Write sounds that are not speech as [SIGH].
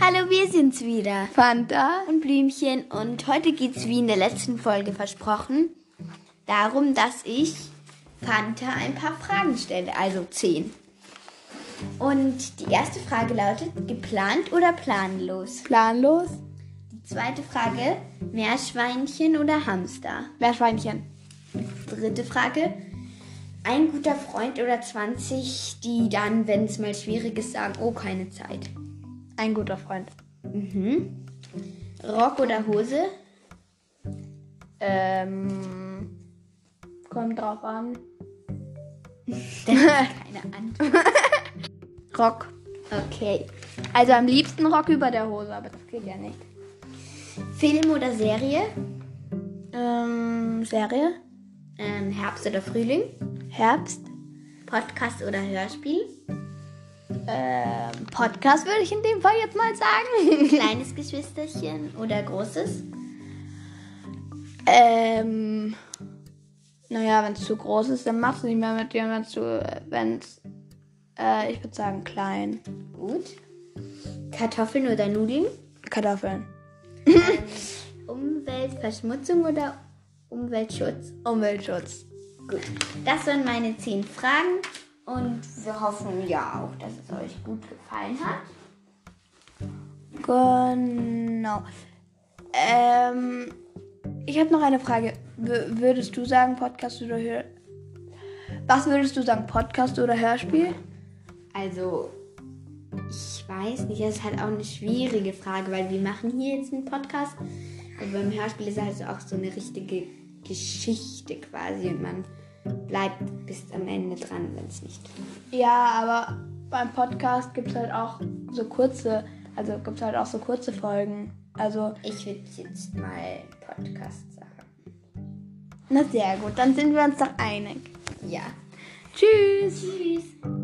Hallo, wir sind's wieder. Fanta. Und Blümchen. Und heute geht's wie in der letzten Folge versprochen darum, dass ich Fanta ein paar Fragen stelle, also zehn. Und die erste Frage lautet: geplant oder planlos? Planlos. Die zweite Frage: Meerschweinchen oder Hamster? Meerschweinchen. Dritte Frage: Ein guter Freund oder 20, die dann, wenn es mal schwierig ist, sagen: Oh, keine Zeit. Ein guter Freund. Mhm. Rock oder Hose? Ähm. Kommt drauf an. Das ist keine Antwort. Rock. Okay. Also am liebsten Rock über der Hose, aber das geht ja nicht. Film oder Serie? Ähm, Serie? Ähm, Herbst oder Frühling? Herbst? Podcast oder Hörspiel? Ähm, Podcast würde ich in dem Fall jetzt mal [LAUGHS] sagen. Kleines Geschwisterchen oder großes? ähm. Naja, wenn es zu groß ist, dann machst du nicht mehr mit dir. Wenn es zu. Wenn's, äh, ich würde sagen klein. Gut. Kartoffeln oder Nudeln? Kartoffeln. Umweltverschmutzung oder Umweltschutz? Umweltschutz. Gut. Das waren meine zehn Fragen und wir hoffen ja auch, dass es euch gut gefallen hat. Genau. Ähm, ich habe noch eine Frage. W würdest du sagen Podcast oder Hör... Was würdest du sagen, Podcast oder Hörspiel? Also, ich weiß nicht, das ist halt auch eine schwierige Frage, weil wir machen hier jetzt einen Podcast. Aber beim Hörspiel ist halt auch so eine richtige Geschichte quasi und man bleibt bis am Ende dran, wenn es nicht. Ja, aber beim Podcast gibt es halt auch so kurze, also gibt halt auch so kurze Folgen. Also, Ich würde jetzt mal Podcast sagen. na sehr gut, dann sind wir uns doch einig. Ja. Tschüss! Tschüss.